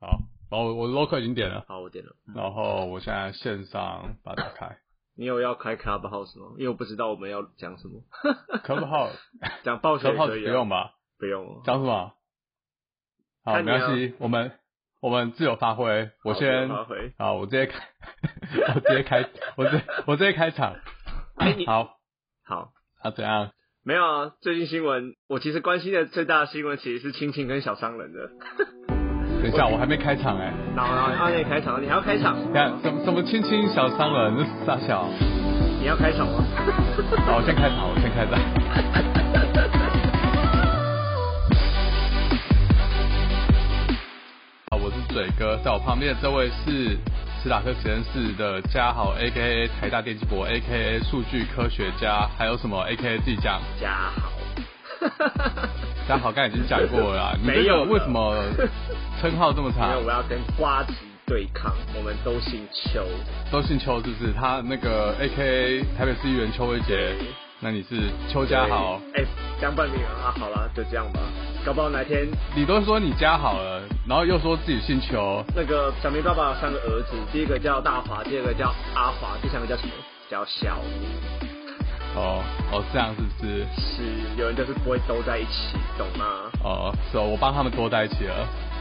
哦，我 local 已经点了，好，我点了。然后我现在线上把它打 开。你有要开 Clubhouse 吗？因为我不知道我们要讲什么， Clubhouse 讲暴雪也可 Clubhouse 以、不啊，用吧？不用哦，讲什么？好，看你没啊关系，我们我们自由发挥。我好先发挥。啊，我直接开，我直接开，我直我直接开场。哎你好，好，啊怎样？没有啊，最近新闻，我其实关心的最大的新闻其实是亲情跟小商人的。等一下，我还没开场哎、然后，然后你按那开场，你还要开场，等一下什么什么亲亲小商人，那是傻小。你要开场吗？好，我先开场，我先开场。好，啊我是嘴哥，在我旁边的这位是史塔克实验室的嘉豪，A.K.A 台大电机博，A.K.A 数据科学家，还有什么 A.K.A 自己讲。家好， 嘉豪刚才已经讲过了 啦，你没这有个了为什么称号这么因为长我？要跟瓜吉对抗，我们都姓邱，都姓邱是不是？他那个 A.K.A 台北市议员邱威杰，那你是邱嘉豪。对，哎、江本名啊，好了，就这样吧，搞不好哪天你都说你家好了，然后又说自己姓邱，那个小明爸爸有三个儿子，第一个叫大华，第二个叫阿华，第三个叫什么？叫小明。哦哦，这样是不是？是，有人就是不会都在一起，懂吗？哦，是哦，我帮他们多在一起了。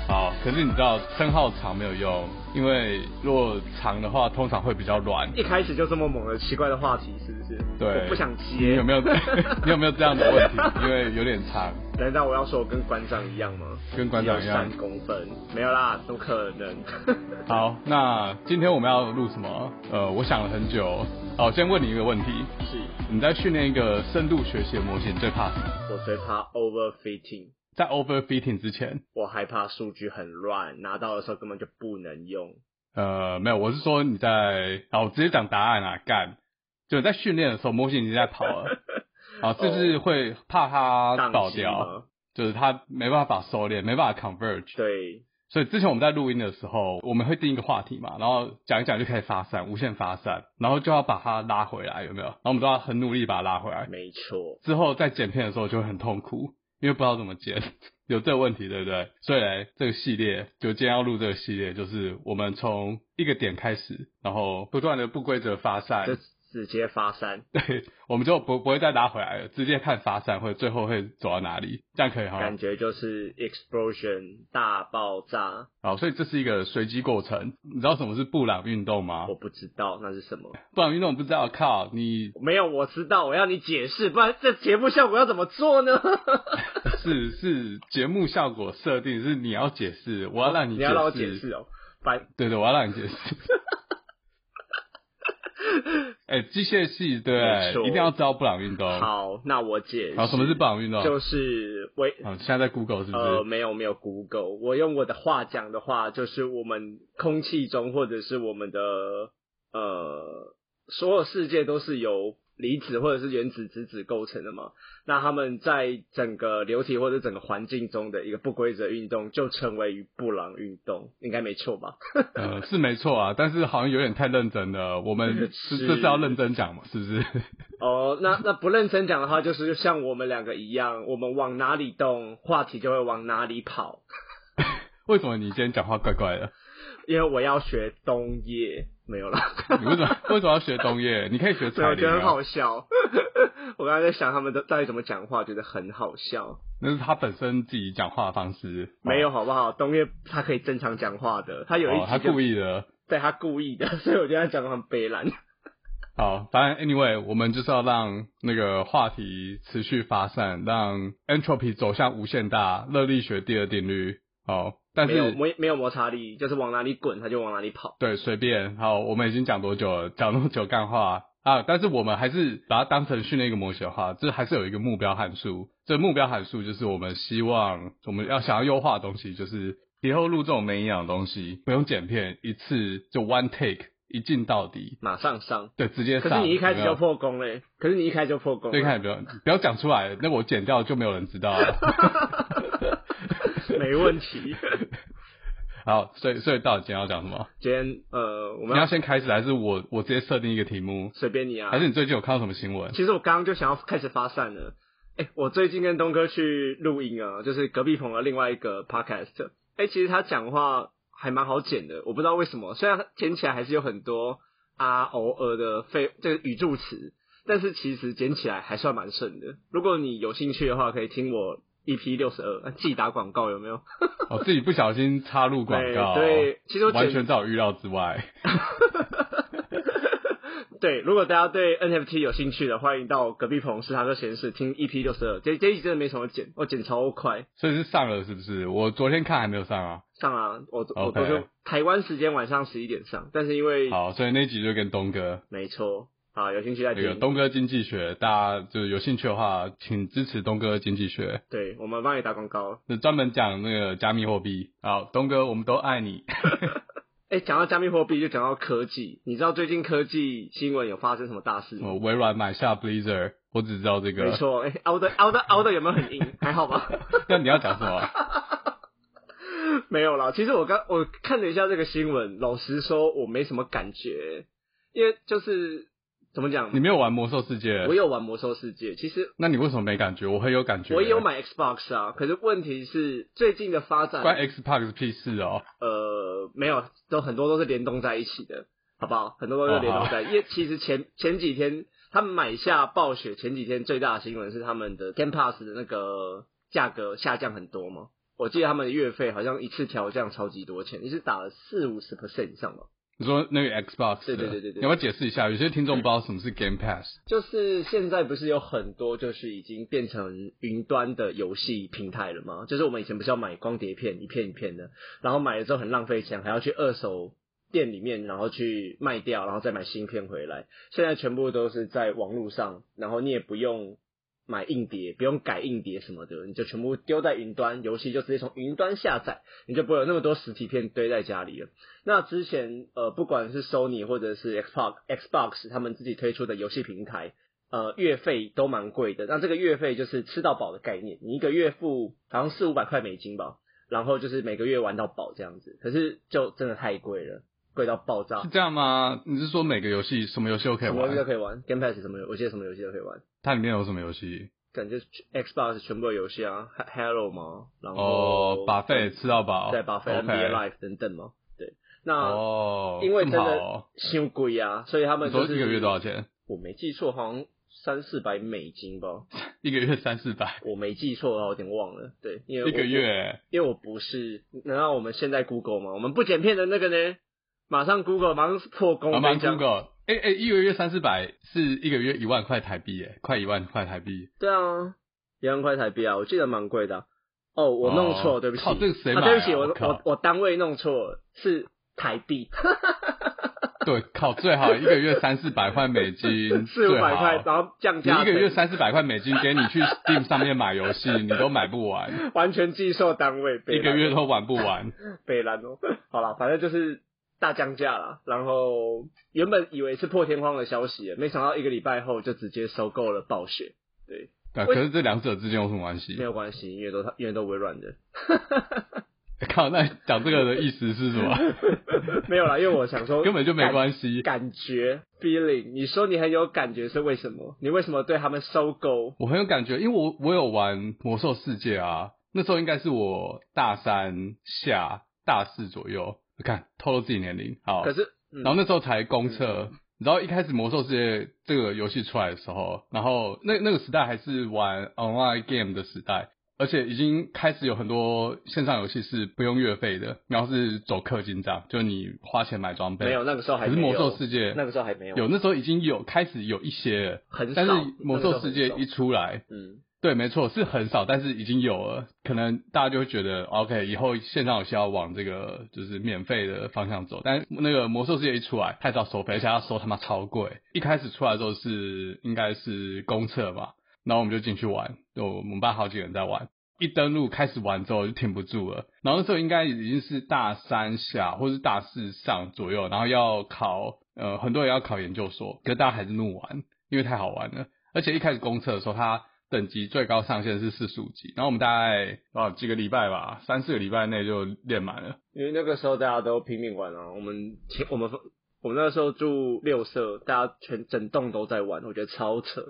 好，可是你知道称号长没有用，因为如果长的话，通常会比较软。一开始就这么猛的奇怪的话题，是不是？对，我不想接。你有没有 你有没有这样的问题？因为有点长，难道我要说我跟馆长一样吗？跟馆长一样三公分，没有啦，怎么可能？ 好，那今天我们要录什么？呃，我想了很久。哦，先问你一个问题：是，你在训练一个深度学习的模型，最怕什么？我最怕 overfitting，在 overfitting 之前，我害怕数据很乱，拿到的时候根本就不能用。呃，没有，我是说你在，啊，我直接讲答案啊，干，就你在训练的时候，模型已经在跑了， 啊，是不是会怕它哦宕爆机掉？吗？就是它没办法收敛，没办法 converge。对，所以之前我们在录音的时候，我们会定一个话题嘛，然后讲一讲就开始发散，无限发散，然后就要把它拉回来，有没有？然后我们都要很努力把它拉回来。没错，之后在剪片的时候就会很痛苦，因为不知道怎么剪， 有这个问题，对不对？所以嘞这个系列就今天要录这个系列，就是我们从一个点开始，然后不断的不规则发散就，直接发三，对，我们就不不会再拉回来了，直接看发散会最后会走到哪里，这样可以哈。感觉就是 explosion 大爆炸。好，所以这是一个随机过程。你知道什么是布朗运动吗我？不知道那是什么，布朗运动我不知道，靠你没有，我知道，我要你解释，不然这节目效果要怎么做呢？是是节目效果设定是你要解释，我要让你 你解要让我释，解释哦，反对对，我要让你解释。 哎、机械系对没，错一定要知道布朗运动。好，那我解释。好，什么是布朗运动？就是我嗯，现在在 Google 是不是？呃没有没有 Google，我用我的话讲的话，就是我们空气中或者是我们的呃所有世界都是由离子或者是原子、质子构成的嘛。那它们在整个流体或者整个环境中的一个不规则运动，就称为于布朗运动，应该没错吧？呃，是没错啊，但是好像有点太认真了。我 们这是这是要认真讲嘛，是不是？ 哦，那那不认真讲的话，就是像我们两个一样，我们往哪里动，话题就会往哪里跑。为什么你今天讲话怪怪的？因为我要学冬叶，没有啦，你为什么为什么要学东叶？你可以学 对，彩我觉铃、得很啊，好笑。 我刚才在想他们的到底怎么讲话，觉得很好笑。那是他本身自己讲话的方式。没有好不好？冬叶他可以正常讲话的，他有一哦，他集就故意的。对他故意的， 所以我觉得他讲的很悲蓝。好，反正 anyway，我们就是要让那个话题持续发散，让 entropy 走向无限大，热力学第二定律。好，但没有是摩没有摩擦力，就是往哪里滚他就往哪里跑。对随便。好，我们已经讲多久了？讲那么久干话啊！但是我们还是把它当成训练一个模型的话，这还是有一个目标函数。这目标函数就是我们希望我们要想要优化的东西，就是以后录这种没营养的东西，不用剪片，一次就 one take，一镜到底，马上上，对，直接可上。是你一开始有没有就破功嘞！可是你一开始就破功了，对，看不 要不要讲出来，那我剪掉就没有人知道了。 没问题。好，所以所以到底今天要讲什么？今天呃，我你们要要先开始，还是我我直接设定一个题目？随便你啊，还是你最近有看到什么新闻？其实我刚刚就想要开始发散了。哎、我最近跟东哥去录音啊，就是隔壁棚的另外一个 podcast。哎、其实他讲话还蛮好剪的。我不知道为什么，虽然剪起来还是有很多啊偶尔的废这个语助词，但是其实剪起来还算蛮顺的。如果你有兴趣的话，可以听我 EP 六十二，自己打广告有没有？我、哦自己不小心插入广告，对对其实我完剪全在我预料之外。对，如果大家对 NFT 有兴趣的，欢迎到我隔壁棚是他的实验室听 EP 六十二。这这一集真的没什么剪，我剪超快。所以是上了是不是？我昨天看还没有上啊。上啊，我我 OK 都是台湾时间晚上十一点上，但是因为好，所以那集就跟东哥没错，好有兴趣再那个听。东哥经济学，大家就是有兴趣的话，请支持东哥经济学，对，我们帮你打广告。是专门讲那个加密货币。好，东哥，我们都爱你。哎，讲到加密货币，就讲到科技。你知道最近科技新闻有发生什么大事吗？我微软买下 Blizzard，我只知道这没哦个。错，哎，凹的凹的凹的有没有很硬？还好吧。 那你要讲什么？没有啦，其实我刚我看了一下这个新闻，老实说，我没什么感觉，因为就是怎么讲你，没有玩魔兽世界我，有玩魔兽世界，其实那你为什么没感觉？我很有感觉。我也有。买 Xbox 啊，可是问题是最近的发展，关 Xbox 屁事哦！呃，没有，都很多都是联动在一起的，好不好？很多都是联动在，因为其实前前几天他们买下暴雪，前几天最大的新闻是他们的 Game Pass 的那个价格下降很多嘛。我记得他们的月费好像一次调降超级多钱，一次打了四五十 percent 以上吧。你说那个 Xbox，对对的对对你对要不要解释一下？有些听众不知道什么是 Game Pass。就是现在不是有很多就是已经变成云端的游戏平台了吗？就是我们以前不是要买光碟片一片一片的，然后买了之后很浪费钱，还要去二手店里面然后去卖掉，然后再买新片回来。现在全部都是在网络上，然后你也不用买硬碟，不用改硬碟什么的，你就全部丢在云端，游戏就直接从云端下载，你就不会有那么多实体片堆在家里了。那之前呃，不管是 Sony 或者是 Xbox Xbox 他们自己推出的游戏平台，呃，月费都蛮贵的。那这个月费就是吃到饱的概念，你一个月付好像四五百块美金吧，然后就是每个月玩到饱这样子。可是就真的太贵了，贵到爆炸 是。这样吗？你是说每个游戏什么游戏都可以什么游戏都玩？可以玩，Game Pass 什么游，我记得什么游戏都可以玩，它里面有什么游戏？感觉 Xbox 全部的游戏啊，He-，Hello 嘛，然哦后，把费吃到饱，对把费 OK NBA Live 等等嘛，对，那哦，因为这真么好的哦，太贵啊，所以他你们说就是一个月多少钱？我没记错，好像三四百美金吧，一个月三四百，我没记错的话，我有点忘了。对，因为我一个，月因为我不是，难道我们现在 Google 吗？我们不剪片的那个呢？马上 Google，马上破功，啊，我蛮跟你讲 Google。哎哎，一个月三四百是一个月一万块台币，哎，快一万块台币。对啊，一万块台币啊，我记得蛮贵的啊、哦，我弄错，哦对不起。靠这个谁买啊？啊对不起，我我靠我我单位弄错了，是台 币，对，靠，最好一个月三四百块美 金，四五百块，最好啊然后降你价一成，个月三四百块美金给你去 Steam 上面买游戏，你都买不 完，完全寄售单位，一北个兰月都玩不完。北兰哦。 好啦，反正就是大降价啦。然后原本以为是破天荒的消息啊了，没想到一个礼拜后就直接收购了暴雪。对，对，啊我可是这两者之间有什么关系没？有关系，因为都因为都微软的， 靠，那讲这个的意思是什 么？没有啦，因为我想说根本就没关系。感觉 feeling，你说你很有感觉是为什么？你为什么对他们收购？我很有感觉，因为我我有玩魔兽世界啊，那时候应该是我大三下大四左右，看透露自己年龄好，可是，嗯哦然后那时候才公测。你知道一开始《魔兽世界》这个游戏出来的时候，然后那那个时代还是玩 online game 的时代，而且已经开始有很多线上游戏是不用月费的，然后是走氪金账，就你花钱买装备。没有，那个时候可还是《没魔有。兽世界》那个时候还没有，有，那时候已经有开始有一些了，很少。但是那《个魔时候兽世界很》少一出来，嗯，对，没错，是很少，但是已经有了，可能大家就会觉得，OK，以后线上游戏要往这个就是免费的方向走。但是那个魔兽世界一出来，太早收费，而且要收他妈超贵。一开始出来的时候是应该是公测嘛，然后我们就进去玩，就我们班好几个人在玩。一登录开始玩之后就停不住了，然后那时候应该已经是大三下或是大四上左右，然后要考呃很多人要考研究所，可是大家还是怒玩，因为太好玩了。而且一开始公测的时候，它等级最高上限是四十五级，然后我们大概啊几个礼拜吧，三四个礼拜内就练满了。因为那个时候大家都拼命玩啊，我们请我们我们那时候住六舍，大家全整栋都在玩，我觉得超扯。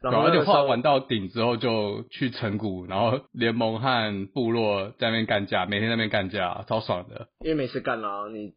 然对啊后而且那时画候完到顶之后就去城谷，然后联盟和部落在那边干架，每天在那边干架，超爽的。因为没事干啦、你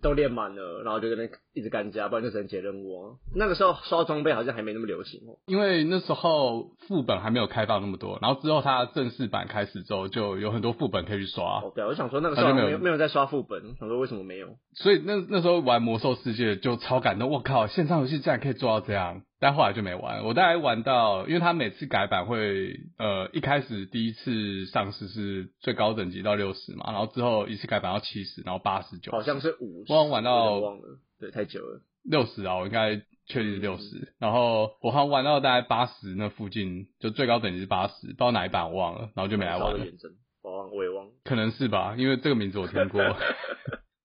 都练满了，然后就跟那一直干架，不然就只能解任务啊。那个时候刷装备好像还没那么流行哦。因为那时候副本还没有开放那么多，然后之后它正式版开始之后，就有很多副本可以去刷，哦，对啊，我想说那个时候好像没没有有没有在刷副本，想说为什么没有？所以那那时候玩魔兽世界就超感动，我靠，线上游戏竟然可以做到这样。但后来就没玩，我大概玩到，因为它每次改版会，呃，一开始第一次上市是最高等级到六十嘛，然后之后一次改版到七十，然后八十九，好像是五，我好像玩到有点忘了，对，太久了。六十啊，我应该确定是六十。然后我好像玩到大概八十那附近，就最高等级是八十，不知道哪一版我忘了，然后就没来稍玩微了。远征，我忘我也忘了。可能是吧，因为这个名字我听过，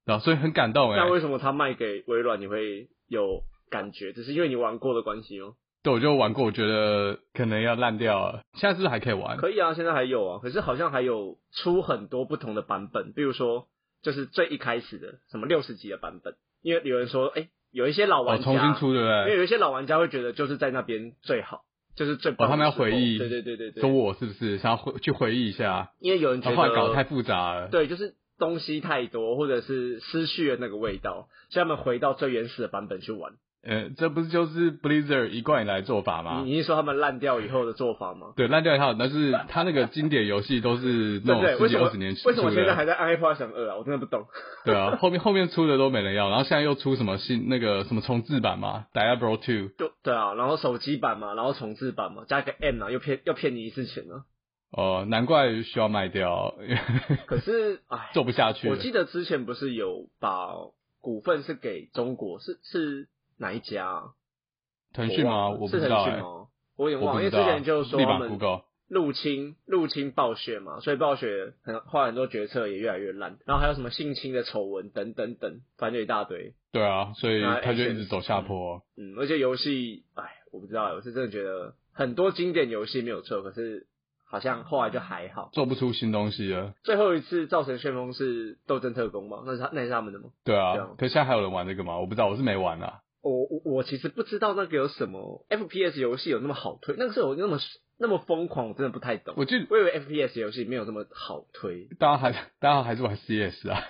然后所以很感动哎、那为什么他卖给微软你会有感觉？只是因为你玩过的关系哦。对，我就玩过，我觉得可能要烂掉了。现在是不是还可以玩？可以啊，现在还有啊，可是好像还有出很多不同的版本，比如说就是最一开始的什么六十级的版本，因为有人说，哎、有一些老哦，玩家、重新出对不因为对？有一些老玩家会觉得就是在那边最好，就是最棒哦他们要的时候回忆对对对对说对，我是不是想要回去回忆一下？因为有人觉然后啊后来得搞得太复杂了。对，就是东西太多，或者是失去了那个味道，所以他们回到最原始的版本去玩。呃，这不是就是 Blizzard 一贯以来的做法吗？你你是说他们烂掉以后的做法吗？对，烂掉一套，但是他那个经典游戏都是对那不种对？十为几什二么十年出为什么现在的，还在暗黑破坏神二啊？我真的不懂。 对啊，后面后面出的都没人要，然后现在又出什么新那个什么重置版嘛，Diablo Two，就对啊，然后手机版嘛，然后重置版嘛，加个 M 啊，又骗又骗你一次钱 啊。哦，难怪需要卖掉， 因为，可是哎做不下去我了。记得之前不是有把股份是给中国，是是哪一家、啊？腾讯吗？我我忘了不是知道腾哎、讯哦吗？欸我有点我忘不知了，因为之道啊。前就说立他马们 Google 入侵入侵暴雪嘛，所以暴雪很后来很多决策也越来越烂，然后还有什么性侵的丑闻等等等，反正就一大堆。对啊，所以那他就 Action 一直走下坡。哦嗯，而且游戏，哎，我不知道，我是真的觉得很多经典游戏没有错，可是好像后来就还好。做不出新东西了，最后一次造成旋风是《斗争特工》吗？那是他那是他们的吗？对对啊啊。可是现在还有人玩这个吗？我不知道，我是没玩啊。我我我其实不知道那个有什么 FPS 游戏有那么好推，那个时候有那么那么疯狂，我真的不太懂。我记得我以为 FPS 游戏没有那么好推，大家还大家还是玩 CS 啊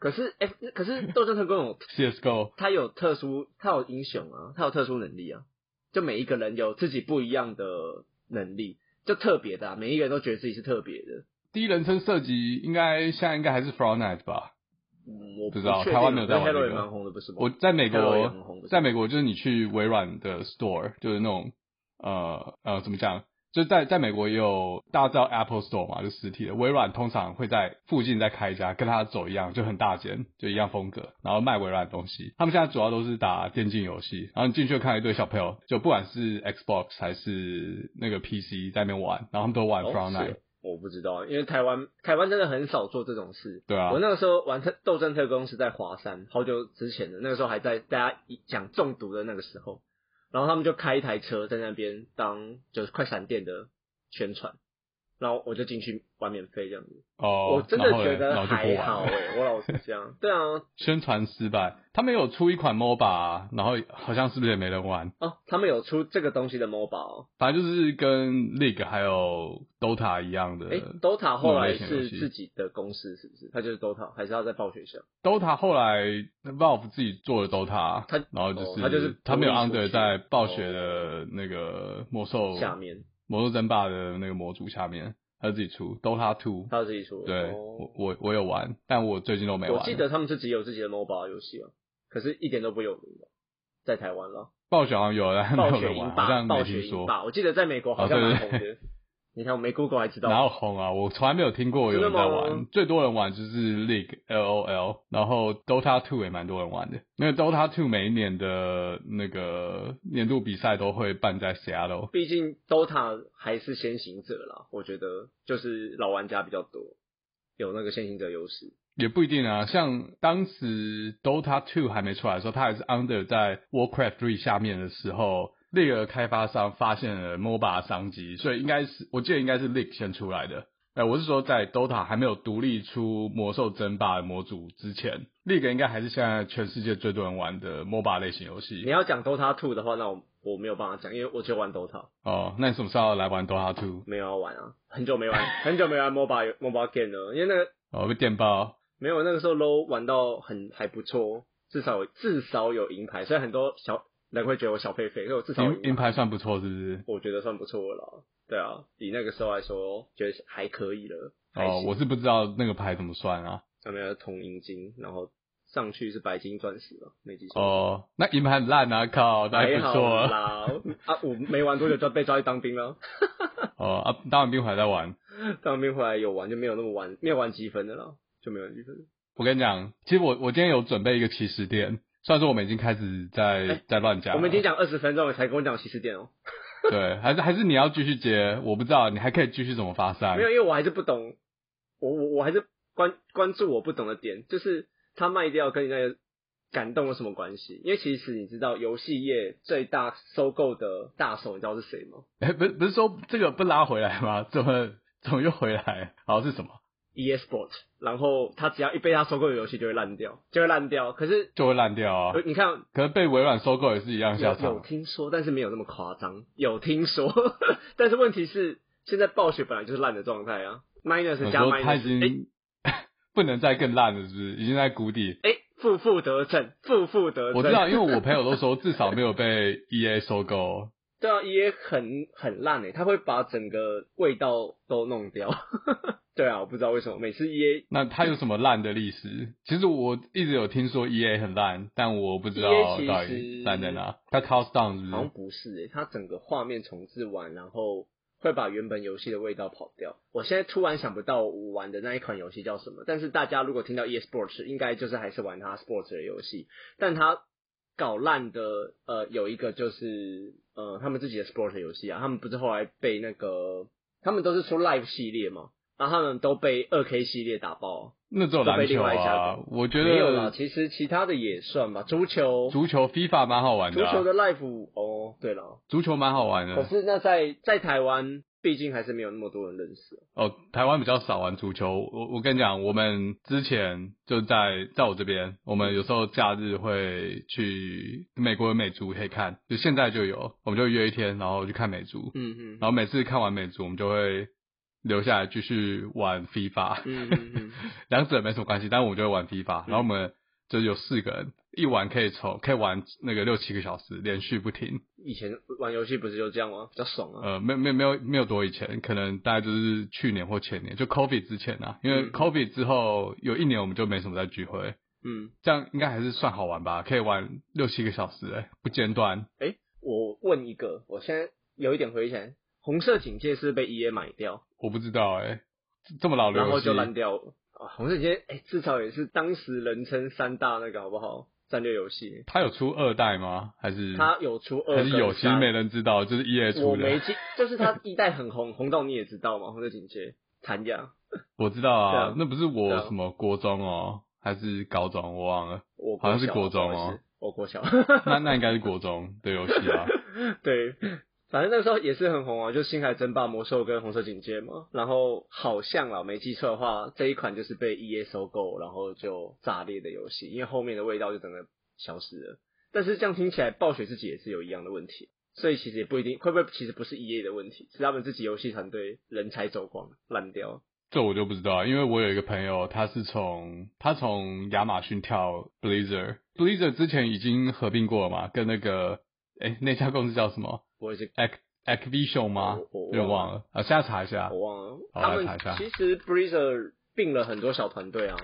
可是 F 可是《斗争特工》有，CS:GO 它有特殊，它有英雄啊，它有特殊能力啊，就每一个人有自己不一样的能力，就特别的、啊，每一个人都觉得自己是特别的。第一人称射击，应该现在应该还是 f r o n t n i g h t 吧？嗯，我不知道确定台湾没有在玩这个 Halo 也蛮红的，不是吗？我在美 Halo 也很国，红的，在美国就是你去微软的 Store，就是那种呃呃怎么讲？就在在美国也有大家知道 Apple Store 嘛，就实体的。微软通常会在附近再开一家，跟它走一样，就很大间，就一样风格，然后卖微软的东西。他们现在主要都是打电竞游戏，然后你进去看一堆小朋友，就不管是 Xbox 还是那个 PC 在那边玩，然后他们都玩哦 Front 是 Night，、我不知道，因为台湾台湾真的很少做这种事。对啊我，那个时候玩特斗争特工是在华山，好久之前的，那个时候还在大家一讲中毒的那个时候，然后他们就开一台车在那边当就是快闪店的宣传，然后我就进去玩免费这样子，哦，我真的然后嘞觉然得后就不还玩好了哎、我老是这样，对啊，宣传失败。他们有出一款 MOBA，、啊、然后好像是不是也没人玩？哦，他们有出这个东西的 MOBA，反正就是跟 League 还有 Dota 一样的。哎、d o t a 后来那种类型呃的游是戏自己的公司是不是？他就是 DOTA，还是他在暴雪下？ Dota 后来 Valve 自己做了 Dota，它然后就是、哦它就是他们有独立出 under 去哦在暴雪的那个魔兽下面魔兽争霸的那个模组下面，他自己出 Dota Two。他自己出的，对，哦我我我有玩，但我最近都没玩。我记得他们自己有自己的 MOBA 游戏啊，可是一点都不有名的，在台湾了。暴雪好像有，啊但 暴没有雪人玩，英好霸，像暴没雪听英说。霸，我记得在美国好像蛮红哦对的。你看我没 Google 还知哪道，有红啊？我从来没有听过有人在真的吗玩，最多人玩就是 League LOL，然后 Dota Two 也蛮多人玩的。因为 Dota Two 每一年的那个年度比赛都会办在 Seattle，毕竟 DOTA 还是先行者啦，我觉得就是老玩家比较多，有那个先行者优势。也不一定啊。像当时 Dota Two 还没出来的时候，它还是 under 在 Warcraft Three 下面的时候。League 的开发商发现了 MOBA 商机，所以应该是我记得应该是 League 先出来的，哎、我是说在 DOTA 还没有独立出魔兽争霸的模组之前，League 应该还是现在全世界最多人玩的 MOBA 类型游你戏。要讲 DOTA Two 的话，那我我没有办法讲，因为我就玩 DOTA，哦，那你什么时候要来玩 DOTA Two？没有要玩啊，很久没玩，很久没玩 MOBA MOBA game 了，因为那个哦，被电爆。没有那个时候 low 玩到很还不错，至少有至少有银牌，虽然很多小人会觉得我小狒狒，可是我至少有银银银牌，牌算不错，是不是？我觉得算不错了啦。对啊，以那个时候来说，觉得还可以了。还哦，行我是不知道那个牌怎么算啊。上面有铜银金，然后上去是白金钻石了，没记错。哦，那银牌很烂啊，靠，那还还不哎好错啊。啦，啊，我没玩多久就被抓去当兵了， 哦啊，当完兵回来再玩。当兵回来有玩就没有那么玩，没有玩积分的了，就没有积分了。我跟你讲，其实我我今天有准备一个起始点，虽然说我们已经开始在、哎在乱讲了，我们已经讲二十分钟了，才跟我讲起始点哦、对，还是还是你要继续接，我不知道你还可以继续怎么发散没。有，因为我还是不懂，我我我还是关关注我不懂的点，就是他卖掉跟你那个感动有什么关系？因为其实你知道游戏业最大收购的大手，你知道是谁吗哎、不是不是说这个不拉回来吗？ 怎么怎么又回来？好是什么？ ？EA E Sport，然后他只要一被他收购的游戏就会烂掉，就会烂掉。可是就会烂掉啊呃！你看可是被微软收购也是一样下有有场。听说，但是没有那么夸张。有听说， 但是问题是，现在暴雪本来就是烂的状态啊，minus 我加说他已 minus，哎经、 不能再更烂了，是不是？已经在谷底。哎，负负得正，负负得正。我知 道，因为我朋友都说至少没有被 E A 收购。对啊，EA 很很烂诶，他会把整个味道都弄掉。 对啊，我不知道为什么每次 EA 那他有什么烂的历史？其实我一直有听说 E A 很烂，但我不知道 EA E 其实到底烂在哪。他 cost down 是不好像是？不是诶，他整个画面重置完，然后会把原本游戏的味道跑掉。我现在突然想不到我玩的那一款游戏叫什么，但是大家如果听到 EA Sports，应该就是还是玩他 Sports 的游戏，但他搞烂的呃有一个就是呃他们自己的 Sport 游戏啊，他们不是后来被那个他们都是出 Live 系列嘛，然后他们都被二 K 系列打爆啊。那只有篮都被另球外一家啊，我觉没有啦，得其实其他的也算吧，足球、足球 FIFA 蛮好玩足的啊、球的哦 life 哦，对了，足球蛮好玩的可。是那在在台湾，毕竟还是没有那么多人认识。哦，台湾比较少玩足球。我我跟你讲，我们之前就在在我这边，我们有时候假日会去美国的美足可以看，就现在就有，我们就约一天，然后去看美足。嗯然后每次看完美足，我们就会留下来继续玩 FIFA，、嗯嗯嗯， 两者没什么关系，但我们就会玩 FIFA、然后我们就有四个人，一玩可以从可以玩那个六七个小时，连续不停。以前玩游戏不是就这样吗？比较爽啊。呃，没没没有没有多以前，可能大概就是去年或前年，就 COVID 之前啊，因为嗯 COVID 之后有一年我们就没什么在聚会，嗯，这样应该还是算好玩吧，可以玩六七个小时、哎，不间断。我问一个，我现在有一点回想，红色警戒是被 EA 买掉，我不知道哎、这这么老的然后游戏就，烂掉了。啊，红色警戒，哎、至少也是当时人称三大那个好不好？战略游戏，它有出二代吗？还是它有出二还是跟有，其实三没人知道，就是 E A 出我的。没记，就是他一代很红，红到你也知道嘛，红色警戒，谭雅，我知道对啊，啊那不是对我啊什么国中哦，还是高中，我忘 了。我好像是小国中哦不好意思，我国小，那那应该是国中的游戏啊。对，反正那时候也是很红啊，就星海争霸、魔兽跟红色警戒嘛，然后好像啊，没记错的话，这一款就是被 EA 收购，然后就炸裂的游戏，因为后面的味道就整个消失了。但是这样听起来，暴雪自己也是有一样的问题。所以其实也不一定，会不会其实不是 E A 的问题，是他们自己游戏团队人才走光，烂掉。这我就不知道，啊因为我有一个朋友，他是从他从亚马逊跳 Blizzard，Blizzard 之前已经合并过了嘛，跟那个哎那家公司叫什么我也是 Ac Activision 吗我我？有点忘了啊，现在查一下我。忘了。好他来们查一下其实 Breezer 并了很多小团队啊，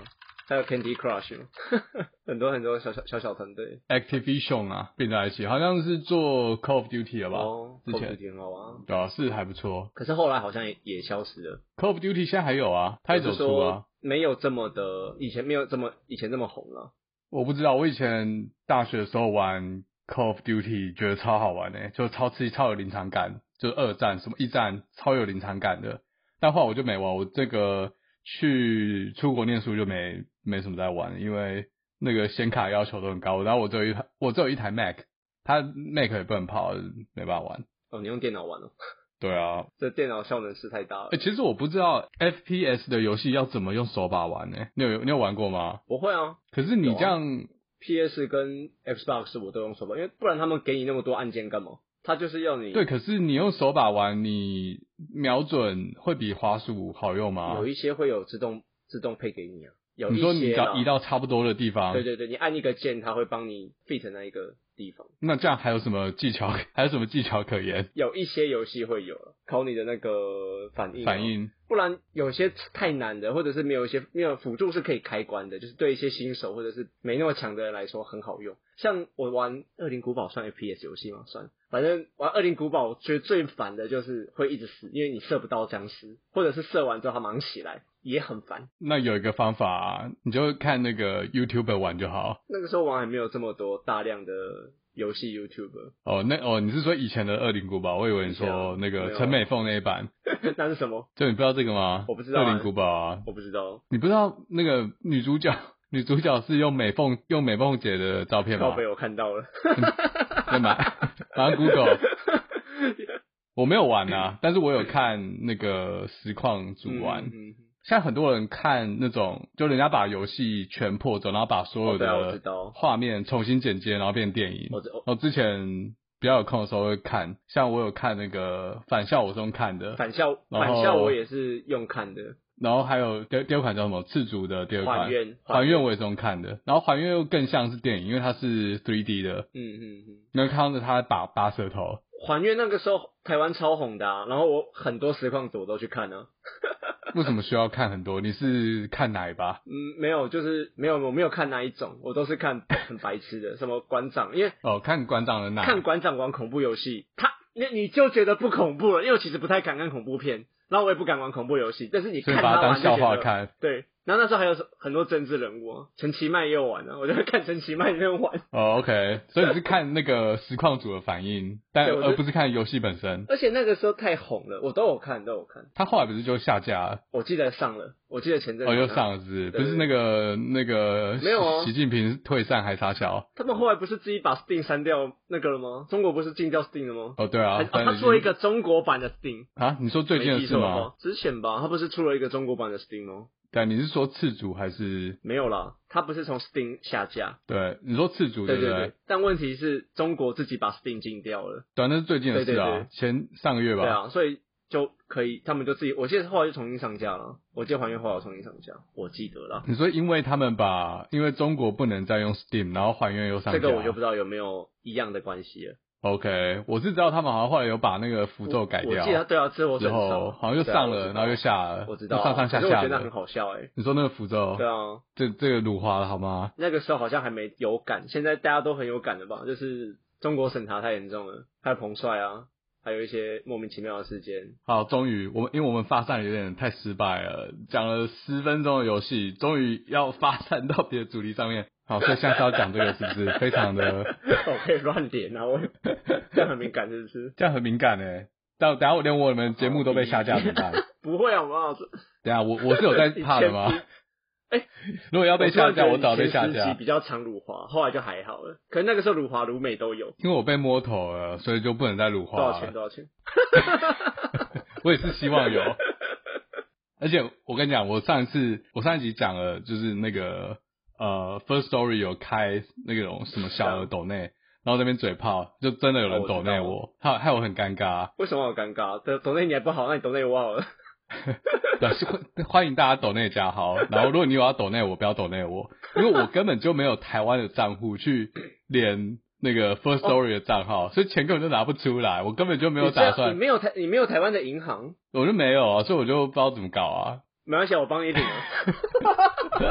还有 Candy Crush，嘛 很多很多小小小小团队。 Activision 啊，并在一起，好像是做 Call of Duty 了吧？哦，之 Call of 前 Duty 很好玩啊。对啊，是还不错。可是后来好像也也消失了。 Call of Duty 现在还有啊，它也就走是出啊。说没有这么的，以前没有这么以前这么红啊了、我不知道，我以前大学的时候玩 Call of Duty，觉得超好玩诶、就超刺激、超有临场感，就是二战什么一战超有临场感的。但后来我就没玩，我这个去出国念书就没没什么在玩，因为那个显卡要求都很高，然后我只有一台我只有一台 Mac，它 Mac 也不能跑，没办法玩。哦，你用电脑玩哦？ 对啊，这电脑效能是太大了哎、。其实我不知道 FPS 的游戏要怎么用手把玩呢、你有你有玩过吗？我会啊可是你有啊这样， ，PS 跟 Xbox 我都用手把，因为不然他们给你那么多按键干嘛？他就是要你对，可是你用手把玩，你瞄准会比滑鼠好用吗有？一些会有自动自动配给你啊，有你说一你些只要啦移到差不多的地方，对对对，你按一个键，它会帮你 fit 那一个地方。那这样还有什么技巧？还有什么技巧可 言？有一些游戏会有了，考你的那个反应、啊反，应不然有些太难的，或者是没有一些没有辅助是可以开关的，就是对一些新手或者是没那么强的人来说很好用。像我玩《恶灵古堡》算 FPS 游戏吗？算，反正玩《恶灵古堡》我觉得最烦的就是会一直死，因为你射不到僵尸，或者是射完之后他马上起来，也很烦。那有一个方法、你就看那个 YouTube 玩就好。那个时候玩还没有这么多大量的游戏 YouTuber，哦，那哦，你是说以前的《恶灵古堡》？我以为你说那啊没个有陈美凤那一版， 那是什么？就你不知道这个吗？我不知道啊恶灵古堡》啊，我不知道。你不知道那个女主角， 女主角是用美凤用美凤姐的照片靠吗北？我看到了，对 吗？马上 Google，我没有玩啊，但是我有看那个实况组玩。嗯嗯嗯现在很多人看那种，就人家把游戏全破走，然后把所有哦对啊我知的道哦画面重新剪接，然后变电影。我知我我之前比较有空的时候会看，像我有看那个《返校》，我是用看的，反校然后反校我也是用看的，然后还有第第二款叫什么《赤足》的第二款还，原还原我也是用看的，然后还原又更像是电影，因为它是 3D 的，嗯嗯嗯，能看到他拔拔舌头。还原那个时候台湾超红的、啊，然后我很多实况组我都去看啊，为什么需要看很多？你是看哪一把？嗯，没有就是没有我没有看那一种，我都是看 很白痴的，什么馆长，因为哦，看馆长的哪？看馆长玩恐怖游戏，他你你就觉得不恐怖了，因为我其实不太敢看恐怖片，然后我也不敢玩恐怖游戏，但是你所看以他把它玩当就笑觉话得看。对，然后那时候还有很多政治人物、啊，陈其迈也有玩啊，我就会看陈其迈那边玩，哦，OK，所以你是看那个实况组的反 应，但对我觉得而不是看游戏本身。而且那个时候太红了，我都有看，都有看，他后来不是就下架了？我记得上了，我记得前阵子哦，又啊，上了是不是对对不是那个那个没有哦习习近平退散还插小？他们后来不是自己把 Steam 删掉那个了吗？中国不是禁掉 Steam 了吗？哦，对啊，还是哦反正他已做一经个中国版的 Steam，啊，你说最近没的啊记事错哦的吗？话，之前吧，他不是出了一个中国版的 Steam 吗？对，你是说次主还是没有啦，他不是从 Steam 下架，对？你说次主对不对对。但问题是中国自己把 Steam 禁掉了，对啊，那是最近的事对对啊对，前上个月对吧。啊，所以就可以，他们就自己，我记得后来就重新上架了，我记得还原后来有重新上架，我记得啦。你说因为他们把，因为中国不能再用 Steam，然后还原又上这架。个我就不知道有没有一样的关系了。 OK，我是知道他们好像后来有把那个符咒改我掉我记，得对啊，之后之后好像又啊上了，然后又下了，我知道就啊，上上下可是我下觉得很的。好笑哎、你说那个符咒对，啊，这这个辱华了好吗？那个时候好像还没有感，现在大家都很有感的吧？就是中国审查太严重了，还有彭帅啊，还有一些莫名其妙的事 件。好，终于我们因为我们发散有点太失败了，讲了十分钟的游戏，终于要发散到别的主题上面。好，所以现在是要讲这个是不是？非常 的我哦可以乱点啊，我 这样很敏感是欸不是？这样很敏感哎，但等下我连我们节目都被下架怎么 办？不会啊，我好这等下我我是有在怕的吗？哎，如果要被下架，我我早被前下十集架，比较常辱华，后来就还好了。可能那个时候辱华辱美都有，因为我被摸头了，所以就不能再辱多少华钱了。多少钱？我也是希望 有。而且我跟你讲，我上一次我上一集讲了，就是那个呃，First Story 有开那种什么小额抖内，然后那边嘴炮，就真的有人哦我抖知道内我，害害我很尴尬。为什么好尴尬？抖抖内你还不好，那你抖内我好了。对，是欢欢迎大家抖内加好。然后如果你有要抖内我，不要抖内我，因为我根本就没有台湾的账户去连那个 First Story 的账号，所以钱根本就拿不出来，我根本就没有你这样打算 你，没有台，你没有台湾的银行，我就没有啊，所以我就不知道怎么搞 啊。没关系，我帮你领 啊。这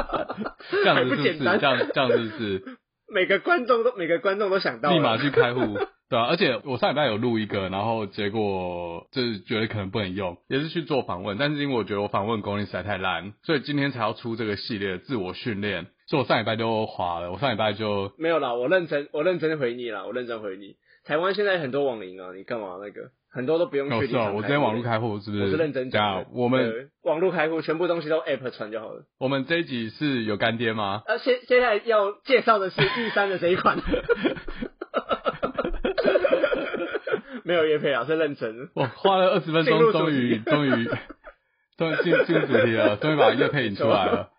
样子还是不不简是？单这样这样是不是？ 每个观众都每个观众都想到了，立马去开户，对啊，而且我上礼拜有录一个，然后结果就是觉得可能不能用，也是去做访问，但是因为我觉得我访问功力实在太烂，所以今天才要出这个系列的自我训练，所以我上礼拜就滑了，我上礼拜就没有啦，我认真，我认真回你啦，我认真回你。台湾现在很多网银啊，你干嘛那个？很多都不用哦去是银啊，行我直接网络户，开户是不是？我是认真对讲啊的。，我们对网络开户，全部东西都 App 传就好了。我们这一集是有干爹吗？呃，现现在要介绍的是 E 三的这一款， 没有叶配啊，是认真的。我花了二十分进入钟，主终于题终于终于进进入主题了，终于把乐配引出来了。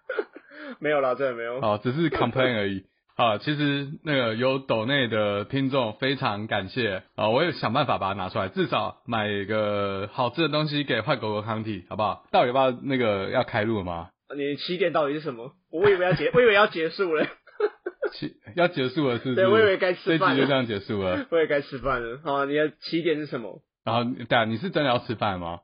没有啦，真的 没有。哦好，只是 complain 而已。啊，其实那个有抖内的听众非常感谢啊，我也想办法把它拿出来，至少买一个好吃的东西给坏狗狗康体，好不好？到底要不要那个要开录了吗？你起点到底是什么？我以为要结，我以为要结束了，其要结束了是不是？对我以为该吃这饭集就这了，样结束了。我也该吃饭了。好、啊，你的起点是什么？然后，对啊，你是真的要吃饭吗？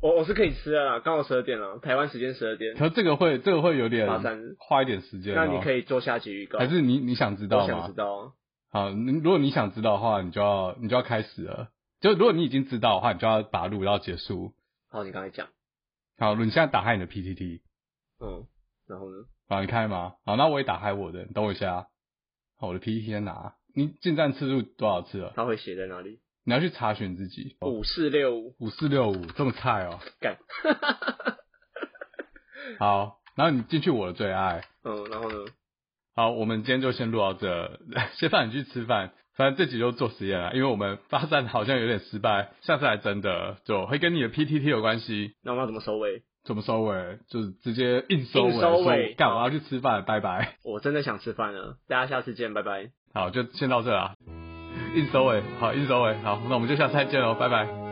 我我是可以吃的啦，刚好十二点了，台湾时间十二点。可这个会这个会有点麻烦花一点时间、那哦。你可以做下集预告，还是你你想知我道想吗知？道啊。好，你如果你想知道的话，你就要你就要开始了。就如果你已经知道的话，你就要把它录到结束。好，你刚才讲，好，你现在打开你的 PPT，嗯，然后呢？好，你开吗？好，那我也打开我的，你等我一下。啊好，我的 PPT 在哪？你进站次数多少次了？他会写在哪里？你要去查询自己。五四六五， 五四六五这么菜哦。干。好，然后你进去我的最爱。嗯，然后呢？好，我们今天就先录到这， 先放你去吃饭。反正这集就做实验啊了，因为我们发展好像有点失败，下次还真的就会跟你的 PTT 有关系。那我们要怎么收尾？怎么收尾？就是直接硬收尾，硬收尾说干我要去吃饭，拜拜。我真的想吃饭了，大家下次见，拜拜。好，就先到这啊，硬收尾，好，硬收尾，好，那我们就下次再见喽，拜拜。